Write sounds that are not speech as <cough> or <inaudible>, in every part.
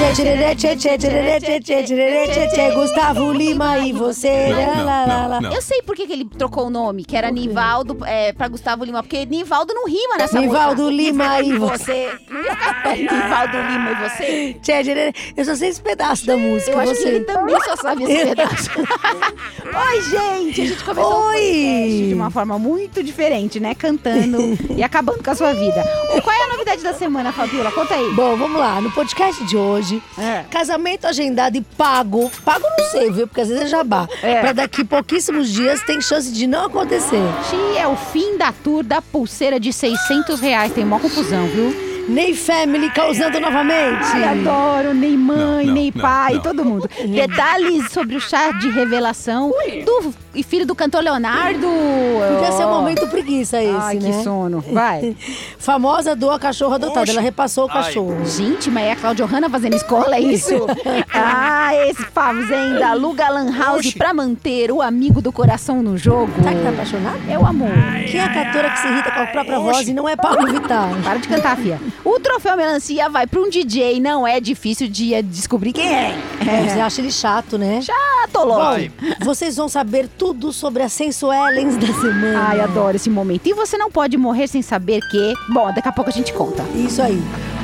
Tchê, tchê, tchê, tchê, tchê, tchê, tchê, tchê, tchê, tchê, Gustavo Lima e você. Não, não, Lá, lá, não, lá. não. Eu sei por que, que ele trocou o nome, que era Nivaldo é, pra Gustavo Lima, porque Nivaldo não rima nessa Nivaldo música. Lima e você. Nivaldo Lima e você. Tchê, tchê, tchê. Eu só sei esse pedaço da música. Eu acho que você. ele também só sabe <laughs> esse pedaço. Oi, gente! A gente começou o Oi. podcast de uma forma muito diferente, né? Cantando <laughs> e acabando com a sua vida. Qual é a novidade da semana, Fabiola? Conta aí. Bom, vamos lá. No podcast de hoje, É. casamento agendado e pago. Pago não sei, viu? Porque às vezes é jabá. É. Pra daqui pouquíssimos dias tem chance de não acontecer. Gente, é o fim da tour da pulseira de 600 reais. Tem mó confusão, viu? Ney Family causando novamente. Ai, adoro, nem mãe, Não, não, nem não, pai, não. todo <laughs> mundo. Detalhes sobre o chá de revelação do e filho do cantor Leonardo. Podia ser um Ó. momento preguiça esse, Oh. Ai, né? que sono. Vai. Famosa doa cachorro adotado. Oxi. Ela repassou o Ai. cachorro. <laughs> Gente, mas é a Cláudia Hanna fazendo escola, é <laughs> isso? ah, esse fazenda aluga Lan House Oxi. pra manter o amigo do coração no jogo. Será que tá apaixonada? É o amor. Quem é a cantora que se irrita com a própria voz e não é Paulo Vittar? Para de cantar, fia. O troféu Melancia vai pra um DJ. Não é difícil de descobrir quem é. É, Você acha ele chato, né? Ah, Tolói. Vocês vão saber tudo sobre as sensuelens da semana. Ai, adoro esse momento. E você não pode morrer sem saber que. Bom, daqui a pouco a gente conta. Isso aí.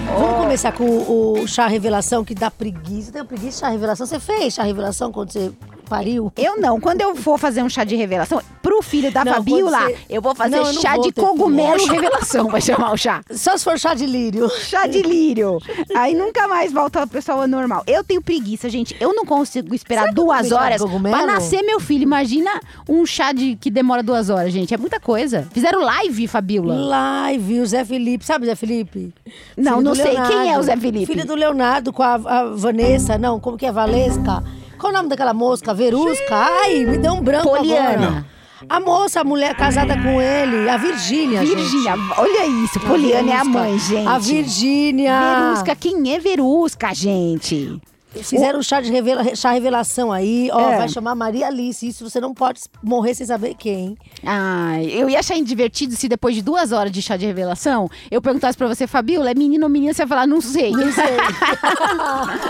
Vamos começar com o, o chá revelação que dá preguiça. Tem preguiça de chá revelação? Você fez chá revelação quando você pariu? Eu não, quando eu for fazer um chá de revelação pro filho da Não, Fabiola, quando você- eu vou fazer Não, eu não chá vou de ter cogumelo filho. revelação, vai chamar o chá. Só se for chá de lírio. Chá de lírio. Aí nunca mais volta o pessoal ao normal. Eu tenho preguiça, gente. Eu não consigo esperar Será é que eu duas tomei chá de horas cogumelo? pra nascer meu filho. Imagina um chá de que demora duas horas, gente. É muita coisa. Fizeram live, Fabiola. Live, o Zé Felipe. Sabe o Zé Felipe? Não, Filho não do sei. Quem Leonardo. é o Zé Felipe? Filho do Leonardo com a, a Vanessa. Não, como que é? Valesca. Qual o nome daquela mosca? Verusca? Ai, me deu um branco Poliana. agora. A moça, a mulher casada com ele. A Virgínia, gente. Virgínia, olha isso. Poliana é a Verusca. mãe, gente. A Virgínia. Verusca, quem é Verusca, gente? Fizeram um chá de revela- chá revelação aí, ó, É. vai chamar Maria Alice. Isso você não pode morrer sem saber <laughs> quem. Ai, eu ia achar divertido se depois de duas horas de chá de revelação, eu perguntasse pra você, Fabiola, é menino ou menina? Você ia falar, não sei. Não <laughs> sei. não, mas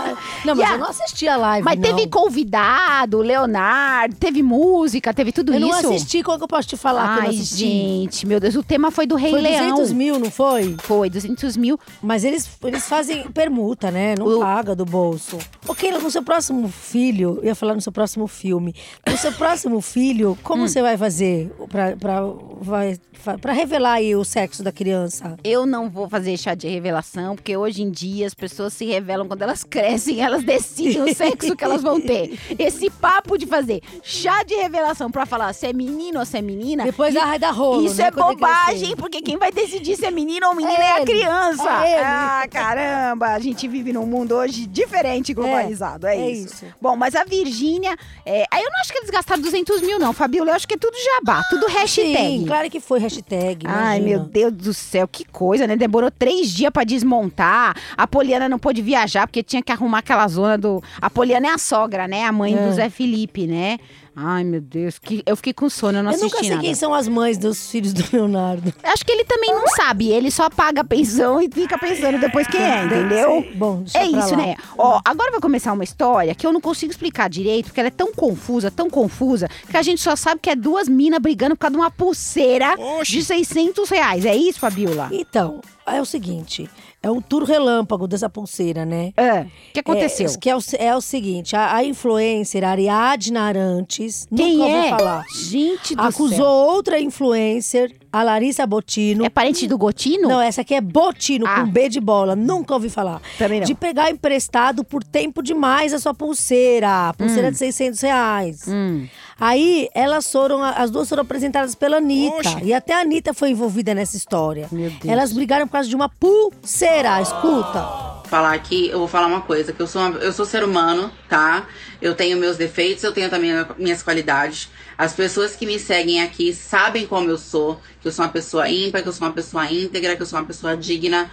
E a- eu não assisti a live. Mas não. teve convidado, Leonardo, teve música, teve tudo Eu isso. não assisti, como que eu posso te falar que eu Ai, não assisti? gente, meu Deus, o tema foi do Rei Foi Leão. 200 mil, não foi? Foi, 200 mil. Mas eles, eles fazem permuta, né? Não O- paga do bolso. Ok, no seu próximo filho, eu ia falar no seu próximo filme. No seu próximo filho, como Hum. você vai fazer pra, pra, vai, pra revelar aí o sexo da criança? Eu não vou fazer chá de revelação, porque hoje em dia as pessoas se revelam quando elas crescem, <laughs> elas decidem o sexo que elas vão ter. Esse papo de fazer chá de revelação pra falar se é menino ou se é menina. Depois e- da, da rola. Isso né? é Quando bobagem, crescer. porque quem vai decidir se é menino ou menina é, a ele, criança. é ele. Ah, caramba, a gente vive num mundo hoje diferente, globalizado, é, é isso. isso. Bom, mas a Virgínia, é, aí eu não acho que eles gastaram 200 mil não, Fabiola, eu acho que é tudo jabá, tudo hashtag. Sim, claro que foi hashtag. Ai, imagina. meu Deus do céu, que coisa, né? Demorou três dias pra desmontar. A Poliana não pôde viajar porque tinha que arrumar aquela zona do. A Poliana é a sogra, né? A mãe É. do Zé Felipe, né? Ai, meu Deus, que... eu fiquei com sono, eu não Eu assisti nunca sei nada. quem são as mães dos filhos do Leonardo. Acho que ele também não sabe. Ele só paga a pensão e fica pensando depois quem é, entendeu? Sei. Bom, deixa É pra isso, lá. né? Ó, agora vai começar uma história que eu não consigo explicar direito, porque ela é tão confusa, tão confusa, que a gente só sabe que é duas minas brigando por causa de uma pulseira Oxi. de 600 reais. É isso, Fabiola? Então, é o seguinte: é um tour relâmpago dessa pulseira, né? É. O que aconteceu? É, que é o, é o seguinte: a, a influencer Ariadna Arantes, Quem nunca é? ouviu falar, Gente do acusou céu. outra influencer, a Larissa Botino. É parente do Gotino? Não, essa aqui é Botino, Ah. com B de bola. Nunca ouvi falar. Também não. De pegar emprestado por tempo demais a sua pulseira. A Pulseira de 600 reais. Hum. Aí, elas foram, as duas foram apresentadas pela Anitta. Oxe. E até a Anitta foi envolvida nessa história. Meu Deus. Elas brigaram por causa de uma pulseira. Escuta. falar aqui, eu vou falar uma coisa, que eu sou, uma- eu sou ser humano, tá? Eu tenho meus defeitos, eu tenho também minhas qualidades. As pessoas que me seguem aqui sabem como eu sou, que eu sou uma pessoa ímpar, que eu sou uma pessoa íntegra, que eu sou uma pessoa digna.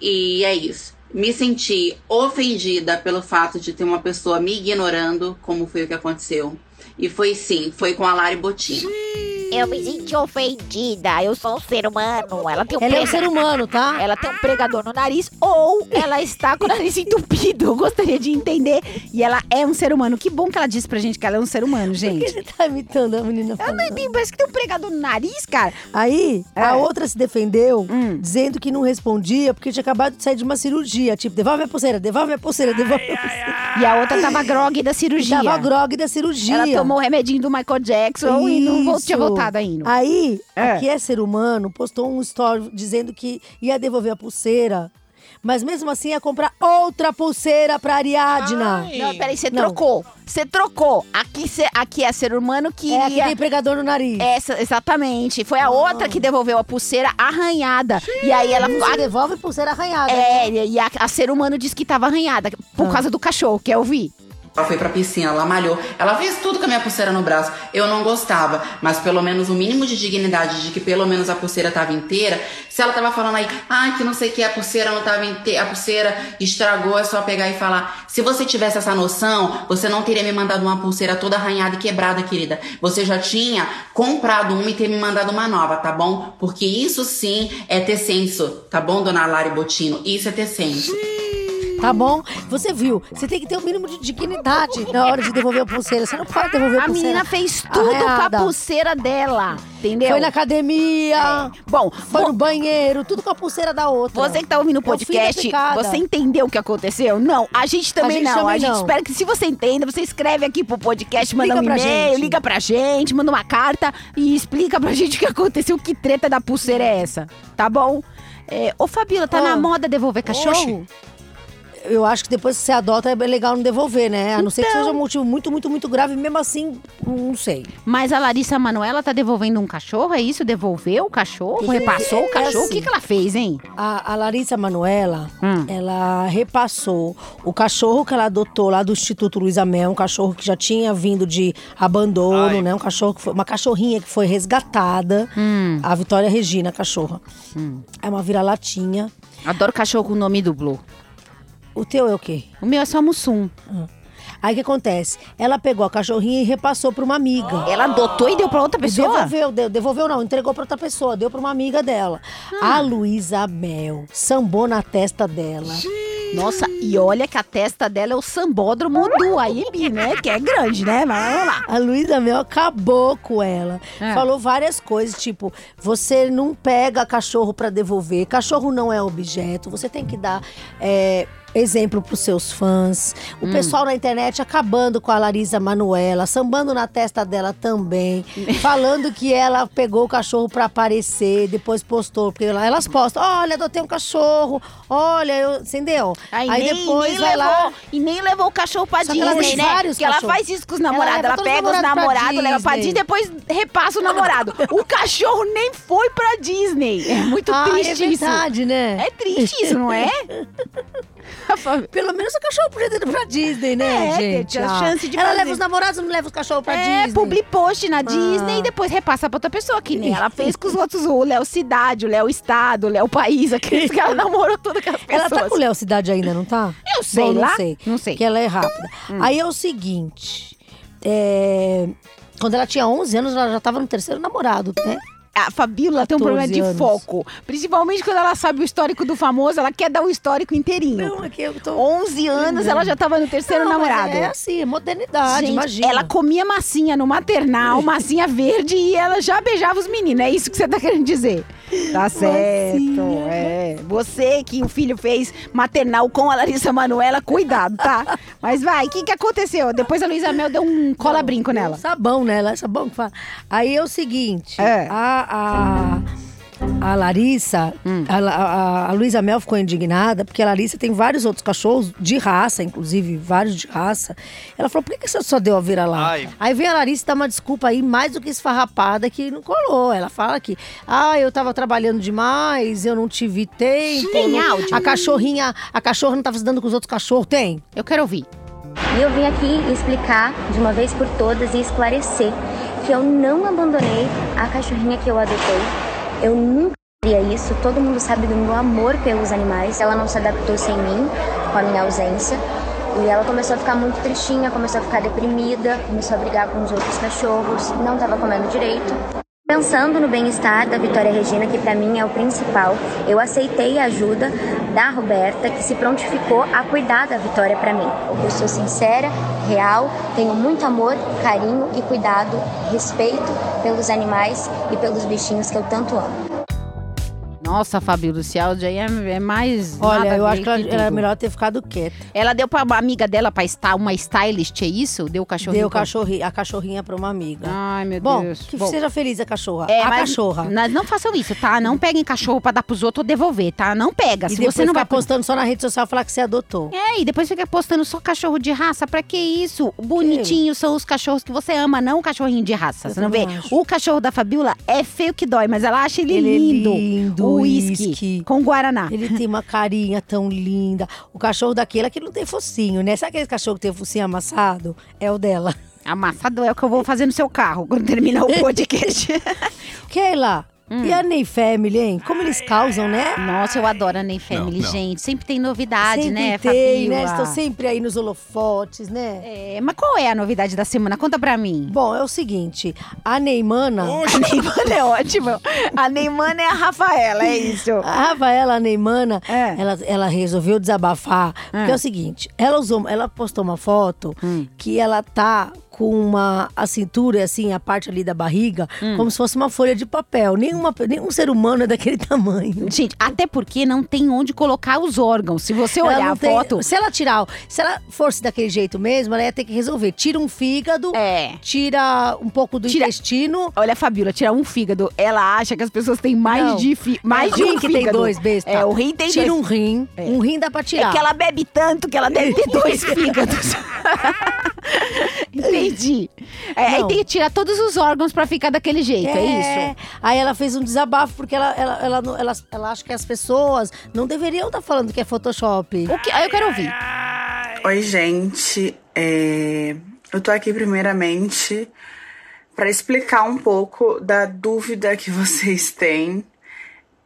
E é isso. Me senti ofendida pelo fato de ter uma pessoa me ignorando, como foi o que aconteceu. E foi sim, foi com a Lari Botinho. Eu me senti ofendida. Eu sou um ser humano. Ela tem um, Ela é um prega... ser humano, tá? <laughs> ela tem um pregador no nariz ou ela está com o nariz entupido. Eu gostaria de entender. E ela é um ser humano. Que bom que ela disse pra gente que ela é um ser humano, Por que gente. você tá imitando a menina? Eu não falando? entendi, parece que tem um pregador no nariz, cara. Aí, a É. outra se defendeu, Hum. dizendo que não respondia porque tinha acabado de sair de uma cirurgia. Tipo, devolve a pulseira, devolve a pulseira, devolve a pulseira. E a outra tava grog da cirurgia. Tava grog da cirurgia. Ela tomou o remedinho do Michael Jackson e não vol- tinha Isso. voltado um ainda. Aí, É. a que é ser humano, postou um story dizendo que ia devolver a pulseira. Mas mesmo assim ia comprar outra pulseira pra Ariadna. Ai. Não, peraí, você Não. trocou. Você trocou. Aqui, cê- aqui é ser humano que É, que iria. tem pregador no nariz. Essa, exatamente. Foi a outra que devolveu a pulseira arranhada. E aí ela. Não se devolve pulseira arranhada. É, e a, a ser humano disse que tava arranhada por Ah. causa do cachorro, quer ouvir? Ela foi pra piscina, ela malhou, ela fez tudo com a minha pulseira no braço. Eu não gostava, mas pelo menos o mínimo de dignidade de que pelo menos a pulseira tava inteira. Se ela tava falando aí, ai, que não sei o que, a pulseira não tava inteira, a pulseira estragou, é só pegar e falar. Se você tivesse essa noção, você não teria me mandado uma pulseira toda arranhada e quebrada, querida. Você já tinha comprado uma e ter me mandado uma nova, tá bom? Porque isso sim é ter senso, tá bom, dona Lari Botino? Isso é ter senso. Tá bom? Você viu, você tem que ter o mínimo de dignidade na hora de devolver a pulseira. Você não pode devolver a, A pulseira. menina fez tudo com arranhada. a pulseira dela, entendeu? Foi na academia, Bom, foi vo- no banheiro, tudo com a pulseira da outra. É. você que tá ouvindo É o o fim da podcast, picada. você entendeu o que aconteceu? Não, a gente também gente não. também a gente não. espera que se você entenda, você escreve aqui pro podcast, manda Explica um pra e-mail, gente. liga pra gente, manda uma carta e explica pra <laughs> gente o que aconteceu, que treta da pulseira é essa, tá bom? É, ô Fabíola, tá Ô. na moda devolver cachorro? Eu acho que depois que você adota é legal não devolver, né? A não ser Então. que seja um motivo muito, muito, muito grave, mesmo assim, não sei. Mas a Larissa Manoela tá devolvendo um cachorro, é isso? Devolveu o cachorro? Que que- Repassou o é cachorro? O assim. que, que ela fez, hein? A, a Larissa Manuela, Hum. ela repassou o cachorro que ela adotou lá do Instituto Luiz Mel, um cachorro que já tinha vindo de abandono, Ai. né? Um cachorro que foi, uma cachorrinha que foi resgatada, Hum. a Vitória Regina, a cachorra. É uma vira-latinha. Adoro cachorro com nome duplo. O teu é o quê? O meu é só Mussum. Aí o que acontece? Ela pegou a cachorrinha e repassou para uma amiga. Ela adotou e deu pra outra pessoa? Devolveu, deu- devolveu não, entregou pra outra pessoa, deu pra uma amiga dela. Ah. A Luísa Mel sambou na testa dela. Nossa, e olha que a testa dela é o sambódromo do AIB, né? Que é grande, né? Mas vamos lá. A Luísa Mel acabou com ela. É. Falou várias coisas, tipo, você não pega cachorro pra devolver, cachorro não é objeto, você tem que dar é, exemplo pros seus fãs. Hum. O pessoal na internet acabando com a Larisa Manuela, sambando na testa dela <laughs> também, falando que ela pegou o cachorro pra aparecer, depois postou, porque ela- elas postam, olha, adotei um cachorro, olha, eu, entendeu? Aí, nem- depois nem vai levou, lá... E nem levou o cachorro pra Só que ela Disney, tem né? vários Porque ela cachorros. faz isso com os Ela namorados. leva Ela, todos os pega os namorados pra namorados, leva pra Disney, Disney. depois repassa <laughs> o namorado. o cachorro nem foi pra Disney. É muito Ah, triste é isso. verdade, né? É triste isso, não é? Pelo menos o cachorro podia ter ido pra Disney, né, É, gente? tem a chance de Ela fazer. leva os namorados, não leva os cachorros <laughs> pra é, Disney. Ah. publi post na Disney e depois repassa pra outra pessoa, que nem ela fez com os outros, o Léo Cidade, o Léo Estado, o Léo País, aqueles <laughs> que ela namorou todas aquelas Ela pessoas. tá com o Léo Cidade ainda, não tá? Eu sei Bom, lá. Não sei. Não sei. Hum. Que ela é rápida. Aí é o seguinte. é, Quando ela tinha 11 anos, ela já tava no terceiro namorado, né? A Fabíola tem um 14 problema de anos. foco. Principalmente quando ela sabe o histórico do famoso, ela quer dar o histórico inteirinho. é que eu tô... 11 anos, Não. ela já tava no terceiro namorado. É assim, é modernidade, Gente, imagina. Ela comia massinha <laughs> no maternal, massinha verde, e ela já beijava os meninos. É isso que você tá querendo dizer. Tá certo. É. Você que o filho fez maternal com a Larissa Manuela, cuidado, tá? Mas vai, o que, que aconteceu? Depois a Luísa Mel deu um cola-brinco nela. Sabão nela, é sabão que fala. Aí é o seguinte, É. a, a, a Larissa, Hum. a, La- a, a Luísa Mel ficou indignada, porque a Larissa tem vários outros cachorros de raça, inclusive, vários de raça. Ela falou, por que que você só deu a vira-lata? Ai. Aí vem a Larissa e dá uma desculpa aí, mais do que esfarrapada, que não colou. Ela fala que, ah, eu tava trabalhando demais, eu não tive tempo. Tem áudio? A cachorrinha, a cachorra não tava se dando com os outros cachorros, tem? Eu quero ouvir. E eu vim aqui explicar de uma vez por todas e esclarecer que eu não abandonei a cachorrinha que eu adotei. Eu nunca faria isso. Todo mundo sabe do meu amor pelos animais. Ela não se adaptou sem mim, com a minha ausência. E ela começou a ficar muito tristinha, começou a ficar deprimida, começou a brigar com os outros cachorros, não estava comendo direito. Pensando no bem-estar da Vitória Regina, que para mim é o principal, eu aceitei a ajuda da Roberta, que se prontificou a cuidar da Vitória para mim. Eu sou sincera, real, tenho muito amor, carinho e cuidado, respeito pelos animais e pelos bichinhos que eu tanto amo. Nossa, Fabio Lucial já é, é mais. Olha, nada eu a acho ver que ela, era tudo. melhor ter ficado quieta. Ela deu pra uma amiga dela pra estar uma stylist, é isso? Deu o cachorrinho? Deu pra- cachorri- a cachorrinha pra uma amiga. Ai, meu Bom, Deus. que seja feliz a cachorra. é, a mas- cachorra. Mas não façam isso, tá? Não peguem cachorro pra dar pros outros ou devolver, tá? Não pega. E Se você não vai postar. postando só na rede social falar que você adotou. É, e depois fica postando só cachorro de raça. Pra que isso? Bonitinhos são os cachorros que você ama, não o cachorrinho de raça. Eu você não vê? também acho. O cachorro da Fabiola é feio que dói, mas ela acha ele, Ele é lindo. lindo, O uísque uísque. com guaraná. Ele tem uma carinha tão linda. O cachorro daquele é que não tem focinho, né? Sabe aquele cachorro que tem focinho amassado? É o dela. <laughs> Amassado é o que eu vou fazer no seu carro quando terminar <laughs> o podcast. Keila, Hum. e a Ney Family, hein? Como eles causam, né? Nossa, eu adoro a Ney Family, não. gente. Sempre tem novidade, sempre né, tem, né? Fabiola? Estão sempre aí nos holofotes, né? É, mas qual é a novidade da semana? Conta pra mim. Bom, é o seguinte, a Neymana... A Neymana é ótima. A Neymana é a Rafaela, é isso. A Rafaela Neymana, É. ela, ela resolveu desabafar. Porque é o seguinte, ela usou, ela postou uma foto Hum. que ela tá com uma a cintura, assim, a parte ali da barriga, Hum. como se fosse uma folha de papel. Nenhuma, nenhum ser humano é daquele <laughs> tamanho. Gente, até porque não tem onde colocar os órgãos. Se você Ela olhar não a tem- foto. Se ela tirar, se ela fosse daquele jeito mesmo, ela ia ter que resolver. Tira um fígado, É. tira um pouco do Tira- intestino. Olha a Fabiola, tirar um fígado. Ela acha que as pessoas têm mais Não. de fi- mais É de rim um que fígado. tem dois, besta. É, o rim tem Tira dois. um rim, um rim dá pra tirar. É que ela bebe tanto que ela deve ter dois fígados. Entendi. É, aí Não. tem que tirar todos os órgãos pra ficar daquele jeito, é, isso? Aí ela fez um desabafo, porque ela, ela, ela, não- ela, ela acha que as pessoas não deveriam estar falando que é Photoshop. O que, aí eu quero ouvir. Oi, gente. É, Eu tô aqui primeiramente para explicar um pouco da dúvida que vocês têm.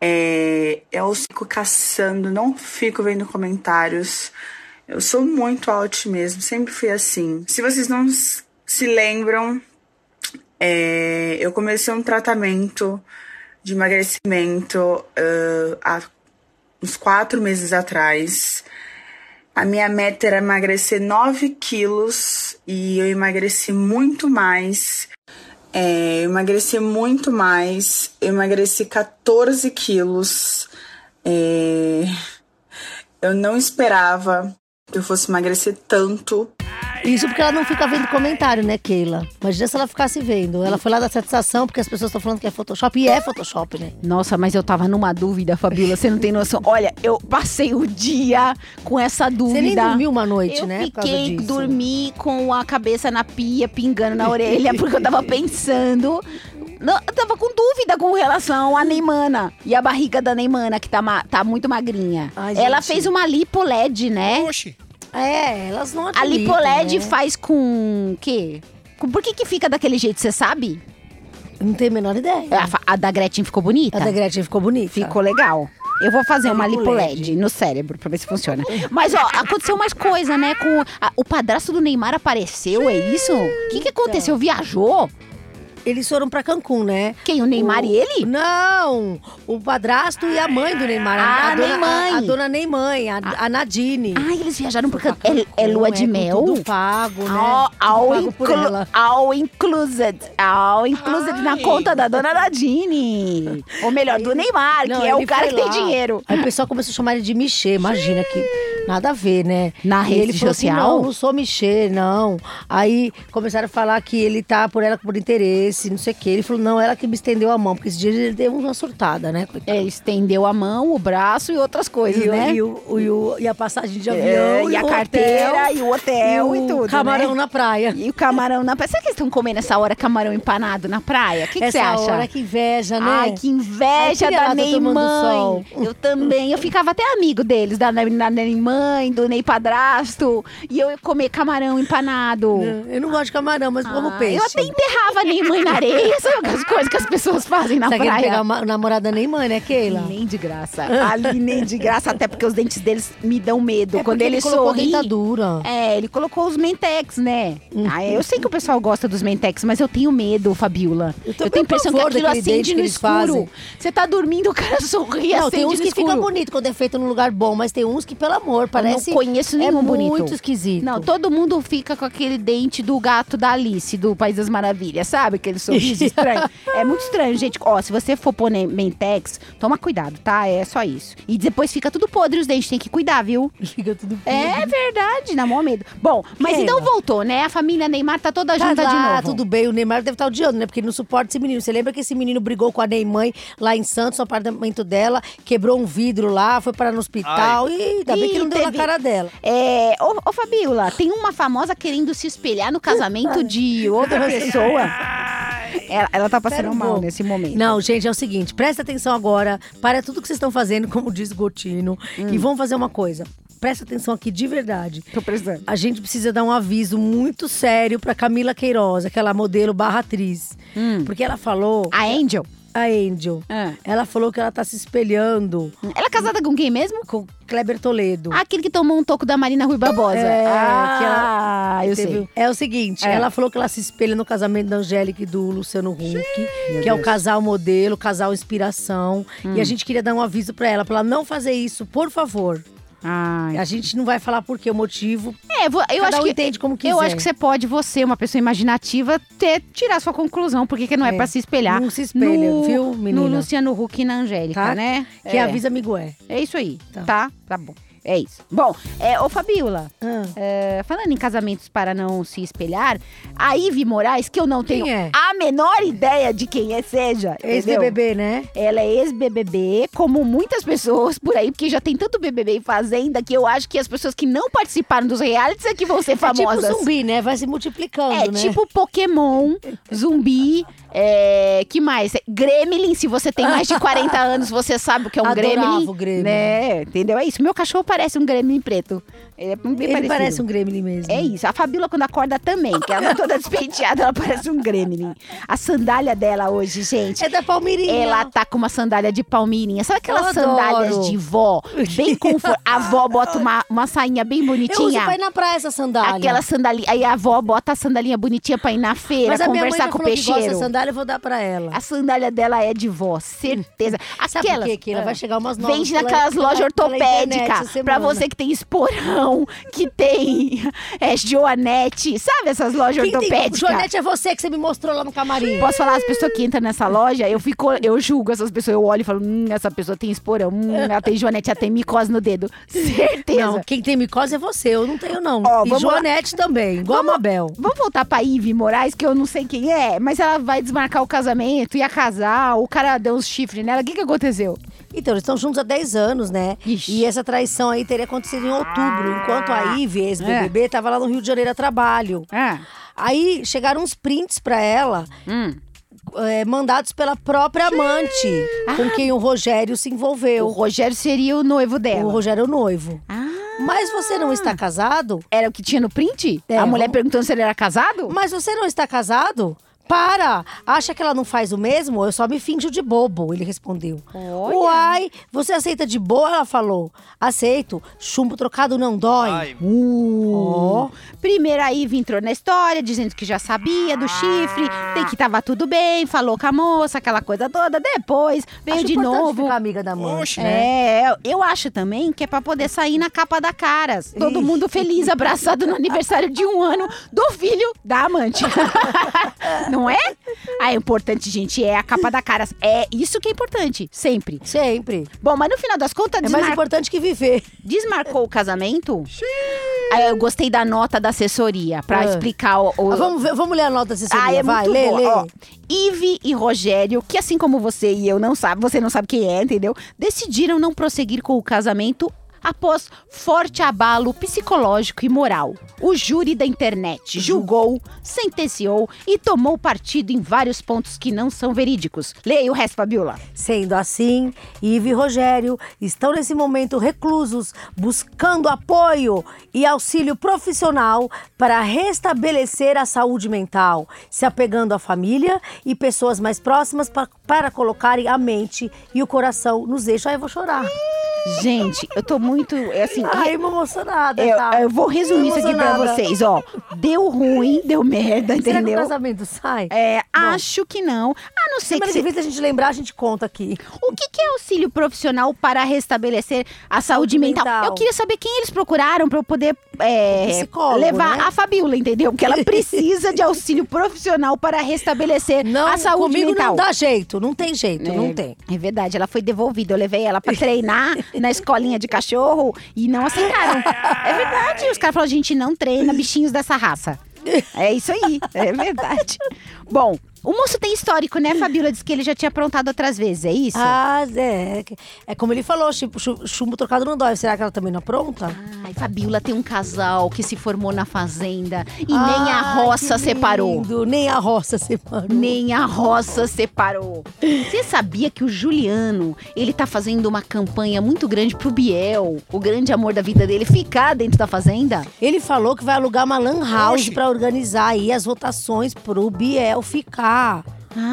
É, Eu fico caçando, não fico vendo comentários. Eu sou muito alt mesmo, sempre fui assim. Se vocês não s- se lembram, é, eu comecei um tratamento de emagrecimento ãh, há uns quatro meses atrás. A minha meta era emagrecer 9 quilos e eu emagreci muito mais. É, eu emagreci muito mais. Eu emagreci 14 quilos. É, eu não esperava que eu fosse emagrecer tanto. Isso porque ela não fica vendo comentário, né, Keila? Imagina se ela ficasse vendo. Ela foi lá da satisfação, porque as pessoas estão falando que é Photoshop, e é Photoshop, né? Nossa, mas eu tava numa dúvida, Fabiola, você não tem noção. Olha, eu passei o dia com essa dúvida. Você nem dormiu uma noite, eu né? por causa fiquei, disso. dormi com a cabeça na pia, pingando na orelha, porque <laughs> eu tava pensando. Não, eu tava com dúvida com relação à Neymana. E a barriga da Neymana, que tá, ma- tá muito magrinha. Ai, Ela gente. fez uma lipo LED, né? Oxi. É, elas não A acreditam, lipo LED né? faz com o quê? Com- Por que que fica daquele jeito, você sabe? Não tem a menor ideia. A, fa- a da Gretchen ficou bonita? É. A da Gretchen ficou bonita. Ah, tá. Ficou legal. Eu vou fazer uma lipo lipoled no cérebro pra ver se funciona. Mas, ó, aconteceu mais coisa, né? Com a- o padrasto do Neymar apareceu, é isso? O que, que aconteceu? Viajou? Eles foram pra Cancún, né? Quem? O Neymar e ele? Não! O padrasto e a mãe do Neymar. Ah, a, dona, a, Neymãe. a dona Neymar, a, a Nadine. Ah, eles viajaram porque é, é lua de um, com mel? Tudo pago, né? All, all, Tudo pago por inclu- ela. all included. All included na conta da dona Nadine. Ou melhor, do Neymar, Não, que é o ele cara que foi lá. tem dinheiro. Aí o pessoal começou a chamar ele de Michê, imagina que nada a ver, né? Na E rede ele falou assim, social? não, não sou Michê, não. Aí começaram a falar que ele tá por ela por interesse, não sei o quê. Ele falou, não, ela que me estendeu a mão, porque esse dia ele deu uma surtada, né? coitado? É, estendeu a mão, o braço e outras coisas, E, o- né? e, o, e, o- e a passagem de avião, É, o e a hotel, carteira, e o hotel, e, o tudo. Camarão né? na praia. E o camarão na praia. Será que eles estão comendo essa hora camarão empanado na praia? O que que você Essa acha? hora que inveja, né? Ai, que inveja Ai, que da criada tomando Neymar. sol. Eu também. Eu ficava até amigo deles, da, da, da Neymar mãe, do Ney Padrasto, e eu ia comer camarão empanado. Eu não gosto de camarão, mas como Ah, peixe. Eu até enterrava nem mãe na areia, sabe as coisas que as pessoas fazem na Tá querendo pegar praia? uma namorada nem mãe, né, Keila? Nem de graça. <laughs> Ali nem de graça, até porque os dentes deles me dão medo. É Quando porque ele, colocou sorri. dentadura. Uhum. É, ele colocou os mentex, né? Ah, eu sei que o pessoal gosta dos mentex, mas eu tenho medo, Fabiola. Eu Eu, tô com tenho a impressão que pavor aquilo daquele dente acende que no eles escuro. fazem. Você tá dormindo, <laughs> o cara sorri, Não, acende tem uns no que escuro. fica bonito quando é feito num lugar bom, mas tem uns que, pelo amor, parece. Eu não conheço nenhum é bonito. muito esquisito. Não, <laughs> todo mundo fica com aquele dente do gato da Alice, do País das Maravilhas, sabe? <laughs> Aquele sorriso estranho. É muito estranho, gente. Ó, se você for pôr ne- Mentex, toma cuidado, tá? É só isso. E depois fica tudo podre os dentes, tem que cuidar, viu? Fica tudo É verdade, na mó medo. Bom, mas Queima. então voltou, né? A família Neymar tá toda Tá junta de lá, novo. tudo bem. O Neymar deve estar odiando, né? Porque ele não suporta esse menino. Você lembra que esse menino brigou com a Neymar lá em Santos, no apartamento dela, quebrou um vidro lá, foi parar no hospital. E ainda bem que Ih, não deu na teve- cara dela. É, ô, ô Fabiola, tem uma famosa querendo se espelhar no casamento de outra pessoa. Ela, ela tá Espera passando um mal pouco. nesse momento. Não, gente, é o seguinte, presta atenção agora, para tudo que vocês estão fazendo, como diz Gotino, Hum. e vão fazer uma coisa. Presta atenção aqui de verdade. Tô precisando. A gente precisa dar um aviso muito sério para Camila Queiroz, aquela modelo barra atriz. Hum. Porque ela falou, A Angel? a Angel, Ah. ela falou que ela tá se espelhando Ela é casada com quem mesmo? com Kleber Toledo. Ah, Aquele que tomou um toco da Marina Rui Barbosa. É, ah, que ela... eu Teve- sei. É o seguinte, É. ela falou que ela se espelha no casamento da Angélica e do Luciano Huck, que é o casal modelo, casal inspiração. Hum. E a gente queria dar um aviso pra ela, pra ela não fazer isso, por favor. A gente não vai falar por quê, o motivo. É, vo- eu Cada acho um que... entende como quiser. Eu acho que você pode, você, uma pessoa imaginativa, ter, tirar sua conclusão, porque que não é, É. pra se espelhar. Não se espelha, no- viu, menina? No Luciano Huck e na Angélica, Tá? né? Que é. avisa amigo é. É isso aí, Tá. tá? Tá bom. É isso. Bom, é, ô Fabiola, Ah. é, falando em casamentos para não se espelhar, a Ive Moraes, que eu não Quem tenho é? a menor ideia de quem é, seja. entendeu? Ex-BBB, né? Ela é ex-BBB, como muitas pessoas por aí, porque já tem tanto BBB e Fazenda que eu acho que as pessoas que não participaram dos realities é que vão ser famosas. É tipo zumbi, né? Vai se multiplicando, É, né? tipo Pokémon, zumbi, é, que mais? Gremlin, se você tem mais de 40 <laughs> anos, você sabe o que é um Adorava Gremlin. o Gremlin. Né? Entendeu? É isso. Meu cachorro parece um Gremlin preto. Ele é bem Ele parecido. parece um Gremlin mesmo. É isso. A Fabíola, quando acorda também, que ela tá toda despenteada, ela parece um Gremlin. A sandália dela hoje, gente. É da Palmeirinha. Ela tá com uma sandália de palmeirinha. Sabe aquelas Eu adoro. sandálias de vó? Bem confortável. A vó bota uma, uma sainha bem Eu uso bonitinha. pra ir na praia essa sandália. Aquela sandalinha. Aí a avó bota a sandalinha bonitinha pra ir na feira, Mas a minha mãe conversar já com o falou que gosta peixeiro. dessa sandália, eu vou dar pra ela. A sandália dela é de vó, certeza. <laughs> Sabe Aquelas. por é. quê, Keila? Vai chegar umas novas. Vende pela- naquelas pela- lojas pela é internet essa ortopédicas. Pra semana. você que tem esporão, que tem é, joanete. Sabe essas lojas Quem tem- ortopédicas? Joanete é você que você me mostrou lá no camarim. Posso falar, as pessoas que entram nessa loja, eu fico, eu julgo essas pessoas, eu olho e falo, hum, essa pessoa tem esporão, hum, ela tem joanete, ela tem micose <laughs> no dedo. Certeza. Não, quem tem micose é você, eu não tenho, não. Ó, e vamos lá. Joanete também, igual a Mabel. Vamos voltar pra Ive Moraes, que eu não sei quem é, mas ela vai desmarcar o casamento, ia casar, o cara deu uns chifres nela. O que, que aconteceu? Então, eles estão juntos há 10 anos, né? Ixi. E essa traição aí teria acontecido em outubro, enquanto a Ive, ex-BBB, é. tava lá no Rio de Janeiro a trabalho. Ah, Aí chegaram uns prints pra ela, Hum. é, mandados pela própria amante, com quem o Rogério se envolveu. o Rogério seria o noivo dela. O Rogério é o noivo. Ah, Mas você não está casado? era o que tinha no print? É, a mulher vamos- perguntando se ele era casado? Mas você não está casado? Para! Acha que ela não faz o mesmo? Eu só me finjo de bobo, ele respondeu. Olha. Uai, você aceita de boa? Ela falou. Aceito. Chumbo trocado não dói. Uh. Primeiro a Ive entrou na história, dizendo que já sabia do chifre, tem que tava tudo bem, falou com a moça, aquela coisa toda. Depois veio Acho de importante novo. ficar amiga da mãe. né? É, eu acho também que é pra poder sair na capa da Caras. Todo mundo feliz, abraçado no aniversário de um ano do filho da amante. <laughs> Não é? Ah, é importante, gente, é a capa da Caras. É isso que é importante, sempre. Sempre. Bom, mas no final das contas, É mais desmar- importante que viver. desmarcou o casamento? Ah, eu gostei da nota da assessoria pra Ah. explicar o... o- Ah, vamos, ver, vamos ler a nota assessoria, ah, é vai, muito lê, boa. lê. Ó, Ive e Rogério, que assim como você e eu não sabe, você não sabe quem é, entendeu? Decidiram não prosseguir com o casamento após forte abalo psicológico e moral. O júri da internet julgou, sentenciou e tomou partido em vários pontos que não são verídicos. Leia o resto, Fabiola. Sendo assim, Ivo e Rogério estão nesse momento reclusos, buscando apoio e auxílio profissional para restabelecer a saúde mental, se apegando à família e pessoas mais próximas pa- para colocarem a mente e o coração nos eixos. Ai, eu vou chorar. Gente, eu tô muito, é assim, Ai, eu vou emocionada. eu, tá? eu vou resumir isso aqui pra Emocionada. vocês, ó. Deu ruim, deu merda, Será que o entendeu? casamento sai? É, acho que não. A não ser que Semana que você vem, se a gente lembrar, a gente conta aqui. O que, que é auxílio profissional para restabelecer a saúde mental? mental. Eu queria saber quem eles procuraram para eu poder é, psicólogo, levar né? a Fabiola, entendeu? <laughs> Porque ela precisa de auxílio profissional para restabelecer Não, a saúde comigo mental. não dá jeito, não tem jeito, não tem. É verdade, ela foi devolvida. Eu levei ela <laughs> pra treinar na escolinha de cachorro e não aceitaram. É verdade. Os caras falaram: gente não treina bichinhos dessa raça. É isso aí, é verdade. Bom, o moço tem histórico, né, Fabiola? Diz que ele já tinha aprontado outras vezes, é isso? Ah, é. É como ele falou, tipo, chu- chumbo trocado não dói. Será que ela também não é apronta? Ai, Fabiola tem um casal que se formou na fazenda e nem a Ai, roça Ah, que separou. lindo, Nem a roça <laughs> separou. Nem a roça separou. Você sabia que o Juliano, ele tá fazendo uma campanha muito grande pro Biel, o grande amor da vida dele, ficar dentro da fazenda? Ele falou que vai alugar uma lan house pra organizar aí as votações pro Biel ficar. Ah,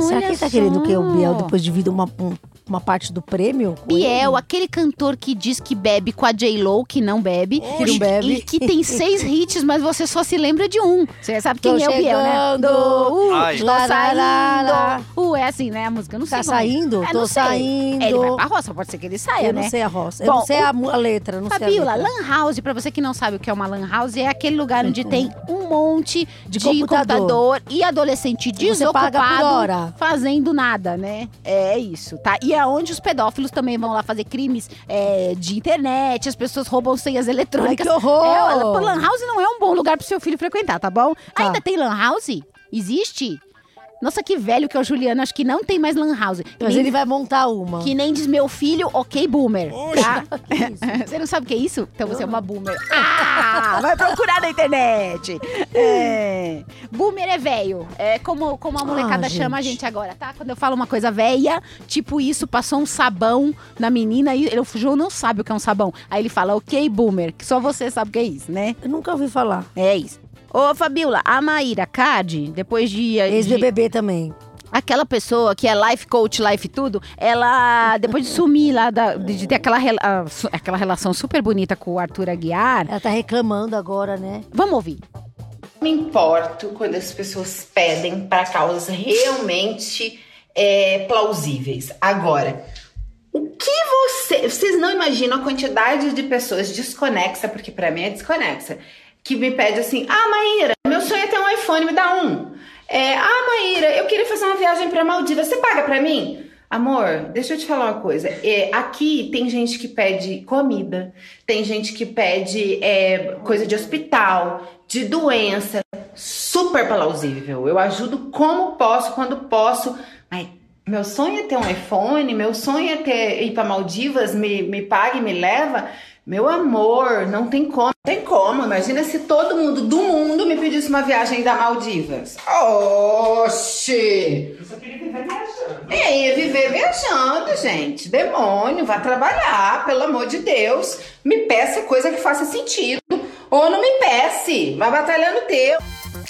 Será que ele tá querendo que o Biel depois? depois divida uma, um- uma parte do prêmio? com Biel, ele? aquele cantor que diz que bebe com a J-Lo, que não bebe. Que não bebe. E que tem <laughs> seis hits, mas você só se lembra de um. Você sabe Tô quem é o Biel, né? chegando. Do, uh, Ai. tô Lá, lá, saindo. lá, lá. Uh, é assim, né? A música, eu não Tá sei. como é. saindo? É, não Tô sei. saindo. É, ele vai pra roça, pode ser que ele saia, Eu né? não sei a roça. eu Bom, não sei a, mu- a letra, não sei é a Fabiola, letra. lan house, pra você que não sabe o que é uma lan house, é aquele lugar onde tem um monte de, computador. Uhum. computador. e adolescente E você paga por desocupado hora. fazendo nada, né? É isso, tá? E é onde os pedófilos também vão lá fazer crimes é, de internet, as pessoas roubam senhas Ai, eletrônicas. que horror! É, pô, lan house não é um bom lugar pro seu filho frequentar, tá bom? Tá. Ainda tem lan house? Existe? Nossa, que velho que é o Juliano, acho que não tem mais lan house. Mas Nem- ele vai montar uma. Ah, que nem diz meu filho, ok, boomer. Tá? <laughs> Você não sabe o que é isso? Então você é uma boomer. <laughs> Ah, vai procurar na internet. É. Boomer é velho. É como, como a molecada Ah, chama a gente. gente agora, tá? Quando eu falo uma coisa velha, tipo isso, passou um sabão na menina e ele- o João não sabe o que é um sabão. Aí ele fala, ok, boomer, que só você sabe o que é isso, né? Eu nunca ouvi falar. É isso. Ô, Fabiola, a Maíra Card, depois de... É, de- Ex-BBB também. aquela pessoa que é life coach, life tudo, ela, depois de sumir lá, da- de, de ter aquela, rela- ah, su- aquela relação super bonita com o Arthur Aguiar, Ela tá reclamando agora, né? vamos ouvir. me importo quando as pessoas pedem para causas realmente é, plausíveis. Agora, o que você. Vocês não imaginam a quantidade de pessoas desconexa, porque para mim é desconexa, que me pede assim: ah, Maíra, meu sonho é ter um iPhone, me dá um. É, ah, Maíra, eu queria fazer uma viagem para Maldivas, você paga para mim? Amor, deixa eu te falar uma coisa. É, aqui tem gente que pede comida, tem gente que pede é, coisa de hospital, de doença. Super plausível. Eu ajudo como posso, quando posso. Mas meu sonho é ter um iPhone, meu sonho é ter, ir para Maldivas, me, me paga e me leva. Meu amor, não tem como. Não tem como. Imagina se todo mundo do mundo me pedisse uma viagem da Maldivas. Oxi! É, ia viver viajando, gente. Demônio, vá trabalhar, pelo amor de Deus. Me peça coisa que faça sentido. Ou não me peça, vai batalhando o teu.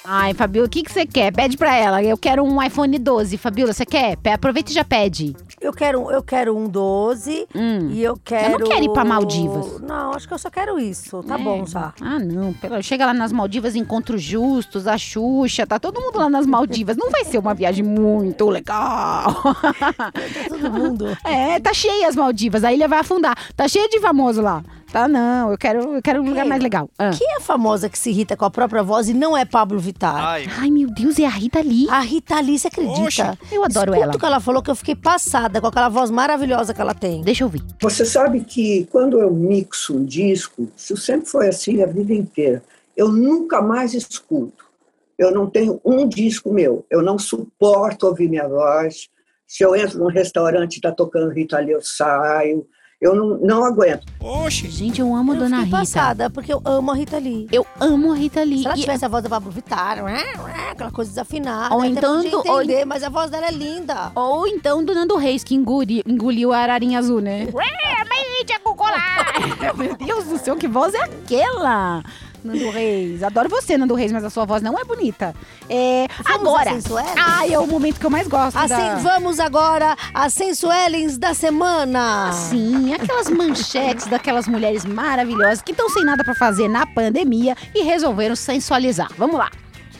Ai, Fabiola, o que, que você quer? Pede pra ela. Eu quero um iPhone 12. Fabiola, você quer? Pe- Aproveita e já pede. Eu quero, eu quero um 12 Hum. e eu quero. quer ir pra Maldivas? Não, acho que eu só quero isso. Tá É. bom já. Ah, não. pela- Chega lá nas Maldivas, encontros justos, a Xuxa, tá todo mundo lá nas Maldivas. Não vai ser uma viagem muito legal. <laughs> Todo mundo. É, tá cheia as Maldivas, a ilha vai afundar. Tá cheia de famoso lá. Tá, não, eu quero, eu quero um lugar mais legal. <laughs> Ah. Quem é a famosa que se irrita com a própria voz e não é Pablo Vittar? Ai, Ai, meu Deus, é a Rita Lee. A Rita Lee, você acredita? eu adoro Escuta ela. o que ela falou que eu fiquei passada com aquela voz maravilhosa que ela tem. Deixa eu ouvir. Você sabe que quando eu mixo um disco, isso sempre foi assim a vida inteira, eu nunca mais escuto. Eu não tenho um disco meu, eu não tá suporto ouvir minha voz. Se eu entro num restaurante e está tocando Rita Lee, eu saio. Eu não, não aguento. Oxe. Gente, eu amo a eu Dona fiquei Rita. passada, porque eu amo a Rita Lee. Eu amo a Rita Lee. Se ela E- tivesse a voz da Pablo Vittar, ué, ué, aquela coisa desafinada, Ou até então podia do- ou- entender, mas a voz dela é linda. Ou então do Nando Reis, que engoli- engoliu a ararinha azul, né? é <laughs> Meu Deus do céu, que voz é aquela? Nando Reis. Adoro você, Nando Reis, mas a sua voz não é bonita. É, Vamos agora. às sensuelas? Ai, é o momento que eu mais gosto. Assim, da... vamos agora às sensuelens da semana. Sim, aquelas manchetes daquelas mulheres maravilhosas que estão sem nada pra fazer na pandemia e resolveram sensualizar. Vamos lá.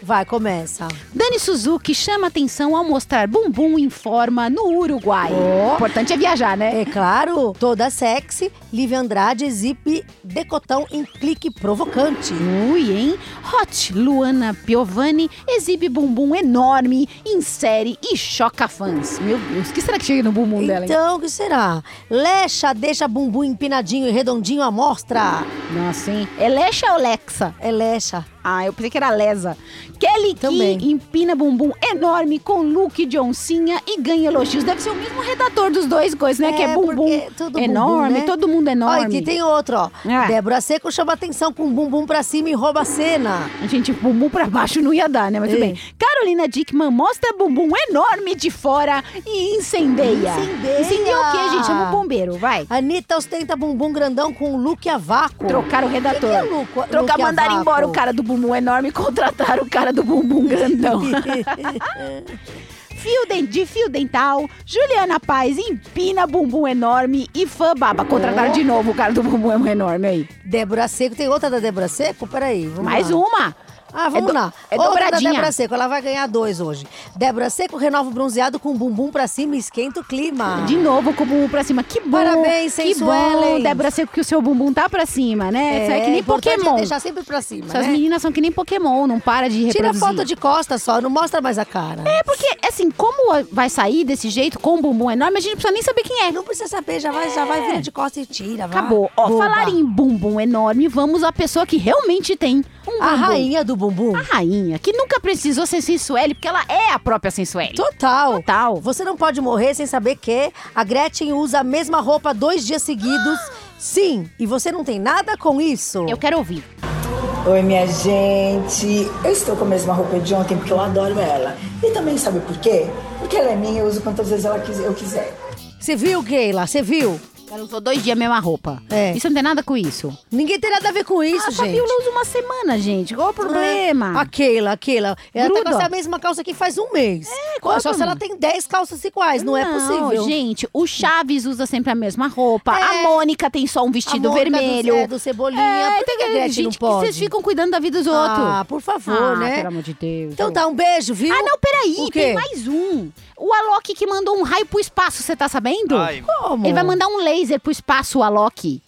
Vai, começa. Dani Suzuki chama atenção ao mostrar bumbum em forma no Uruguai. O importante é viajar, né? É claro, toda sexy, Lívia Andrade exibe decotão em clique provocante. Ui, hein? Hot Luana Piovani exibe bumbum enorme, insere e choca fãs. Meu Deus, o que será que chega no bumbum dela, hein? Então, o que será? Lecha deixa bumbum empinadinho e redondinho à mostra. Nossa, hein? É Lexa ou Lexa? É Lecha. Ah, eu pensei que era Lesa. Kelly Também. Key empina bumbum enorme com look de oncinha e ganha elogios. Deve ser o mesmo redator dos dois coisas, né? que é bumbum porque tudo bumbum, enorme, né? todo mundo Ó, é enorme. e tem outro, ó. É. Débora Seco chama atenção com bumbum pra cima e rouba a cena. Gente, bumbum pra baixo não ia dar, né? Mas tudo É. bem. Carolina Dickman mostra bumbum enorme de fora e incendeia. Incendeia. Incendeia o quê, gente? Chama o bombeiro, vai. Anitta ostenta bumbum grandão com look a vácuo. Trocar o redator. Que que é louco- Trocar, look a mandar vácuo? embora o cara do bumbum enorme e contratar o cara do bumbum <laughs> grandão. Fio den- de fio dental, Juliana Paz empina bumbum enorme e fã baba. Contrataram de novo o cara do bumbum enorme aí. Débora Seco, tem outra da Débora Seco? Peraí, vamos Mais lá. uma. Ah, vamos É do- lá. é Outra dobradinha. da Débora Seco, ela vai ganhar dois hoje. Débora Seco renova o bronzeado com um bumbum pra cima e esquenta o clima. De novo com o bumbum pra cima. Que bom. Parabéns, Que bom, sensuelens. Débora Seco, que o seu bumbum tá pra cima, né? Isso é que nem importante Pokémon. É deixar sempre pra cima, Essas né? meninas são que nem Pokémon, não para de reproduzir. Tira foto de costa só, não mostra mais a cara. É porque, assim, como vai sair desse jeito com o bumbum enorme, a gente não precisa nem saber quem é. Não precisa saber, já vai, já vai vira de costa e tira. vai. Acabou. Ó, Boba. falar em bumbum enorme, vamos à pessoa que realmente tem um bumbum. A rainha do bumbum. A rainha, que nunca precisou ser sensuelle, porque ela é a própria sensuelle. Total. Total. Você não pode morrer sem saber que a Gretchen usa a mesma roupa dois dias seguidos. Sim, e você não tem nada com isso. Eu quero ouvir. Oi, minha gente. Eu estou com a mesma roupa de ontem porque eu adoro ela. E também sabe por quê? Porque ela é minha, eu uso quantas vezes ela quis- eu quiser. Você viu, Keila? Você viu? Ela usou dois dias a mesma roupa. É. Isso não tem nada com isso. Ninguém tem nada a ver com isso, a gente. Ah, Ah, Fabiola usa uma semana, gente. Qual o problema? A Keila, a Keila. Ela tá Gruda. com essa mesma calça aqui faz um mês. É, qual é o Só se problema? ela tem 10 calças iguais, não, é possível. Gente, o Chaves usa sempre a mesma roupa. É. A Mônica tem só um a vestido Mônica vermelho. Do, é, do Cebolinha. Por que tem que a aquele- Gretchen não gente, pode? vocês ficam cuidando da vida dos outros. Ah, por favor, Ah, né? Pelo amor de Deus. Então dá um beijo, viu? Ah, não, peraí, O quê? tem mais um. O Alok que mandou um raio pro espaço, você tá sabendo? Ai, Como? Ele vai mandar um laser pro espaço, o Alok.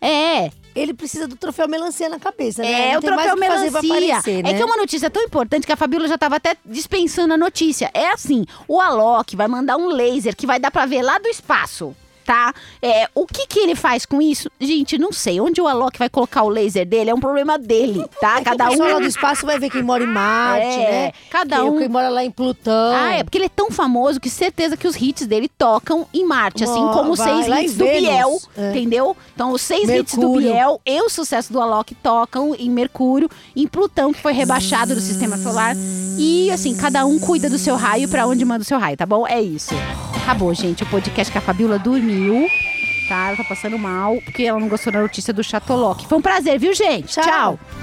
É, Ele precisa do troféu melancia na cabeça, né? é, Não o tem mais troféu que fazer pra melancia. aparecer, É né? que é uma notícia tão importante que a Fabíola já tava até dispensando a notícia. É assim, o Alok vai mandar um laser que vai dar pra ver lá do espaço. Tá? É, o que que ele faz com isso? Gente, não sei. Onde o Alok vai colocar o laser dele é um problema dele, tá? Cada É O um pessoal lá do espaço vai ver quem mora em Marte, É, né? cada quem, um- Quem mora lá em Plutão. Ah, é porque ele é tão famoso que certeza que os hits dele tocam em Marte, assim Ó, como os vai seis lá hits em do Vênus. Biel, É. entendeu? Então, os seis hits do Mercúrio. Biel e o sucesso do Alok tocam em Mercúrio, em Plutão, que foi rebaixado do sistema solar. E, assim, cada um cuida do seu raio pra onde manda o seu raio, tá bom? É isso. Acabou, gente. O podcast que a Fabiola dormiu. Tá, ela tá passando mal, porque ela não gostou da notícia do Chatoloc. Foi um prazer, viu, gente? Tchau. Tchau.